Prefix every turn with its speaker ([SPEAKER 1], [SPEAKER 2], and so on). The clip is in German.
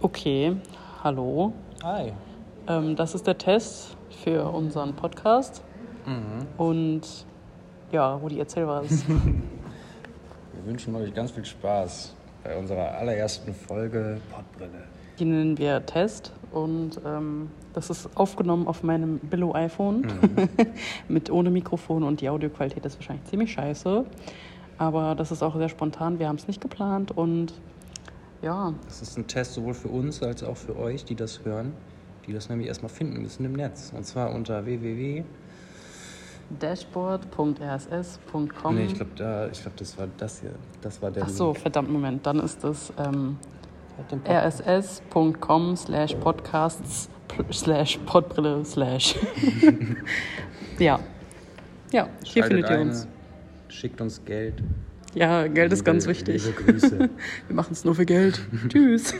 [SPEAKER 1] Okay, hallo.
[SPEAKER 2] Hi.
[SPEAKER 1] Ähm, das ist der Test für unseren Podcast.
[SPEAKER 2] Mhm.
[SPEAKER 1] Und ja, Rudi, erzähl was.
[SPEAKER 2] Wir wünschen euch ganz viel Spaß bei unserer allerersten Folge Podbrille.
[SPEAKER 1] Die nennen wir Test und ähm, das ist aufgenommen auf meinem Billo iPhone
[SPEAKER 2] Mhm.
[SPEAKER 1] mit ohne Mikrofon und die Audioqualität ist wahrscheinlich ziemlich scheiße. Aber das ist auch sehr spontan, wir haben es nicht geplant und ja,
[SPEAKER 2] Das ist ein Test sowohl für uns als auch für euch, die das hören, die das nämlich erstmal finden müssen im Netz. Und zwar unter www.
[SPEAKER 1] dashboard.rss.com.
[SPEAKER 2] Nee, ich glaube, da, ich glaub, das war das hier. Das war der
[SPEAKER 1] Ach so,
[SPEAKER 2] Link.
[SPEAKER 1] verdammt, Moment, dann ist das ähm,
[SPEAKER 2] Hat Halt den Pod-
[SPEAKER 1] rss.com slash podcasts pl- slash podbrille slash. ja. Ja, hier
[SPEAKER 2] Schaltet
[SPEAKER 1] findet ihr
[SPEAKER 2] ein,
[SPEAKER 1] uns.
[SPEAKER 2] Schickt uns Geld.
[SPEAKER 1] Ja, Geld ist
[SPEAKER 2] Liebe-
[SPEAKER 1] ganz wichtig.
[SPEAKER 2] Liebe Grüße.
[SPEAKER 1] Wir machen es nur für Geld. Tschüss.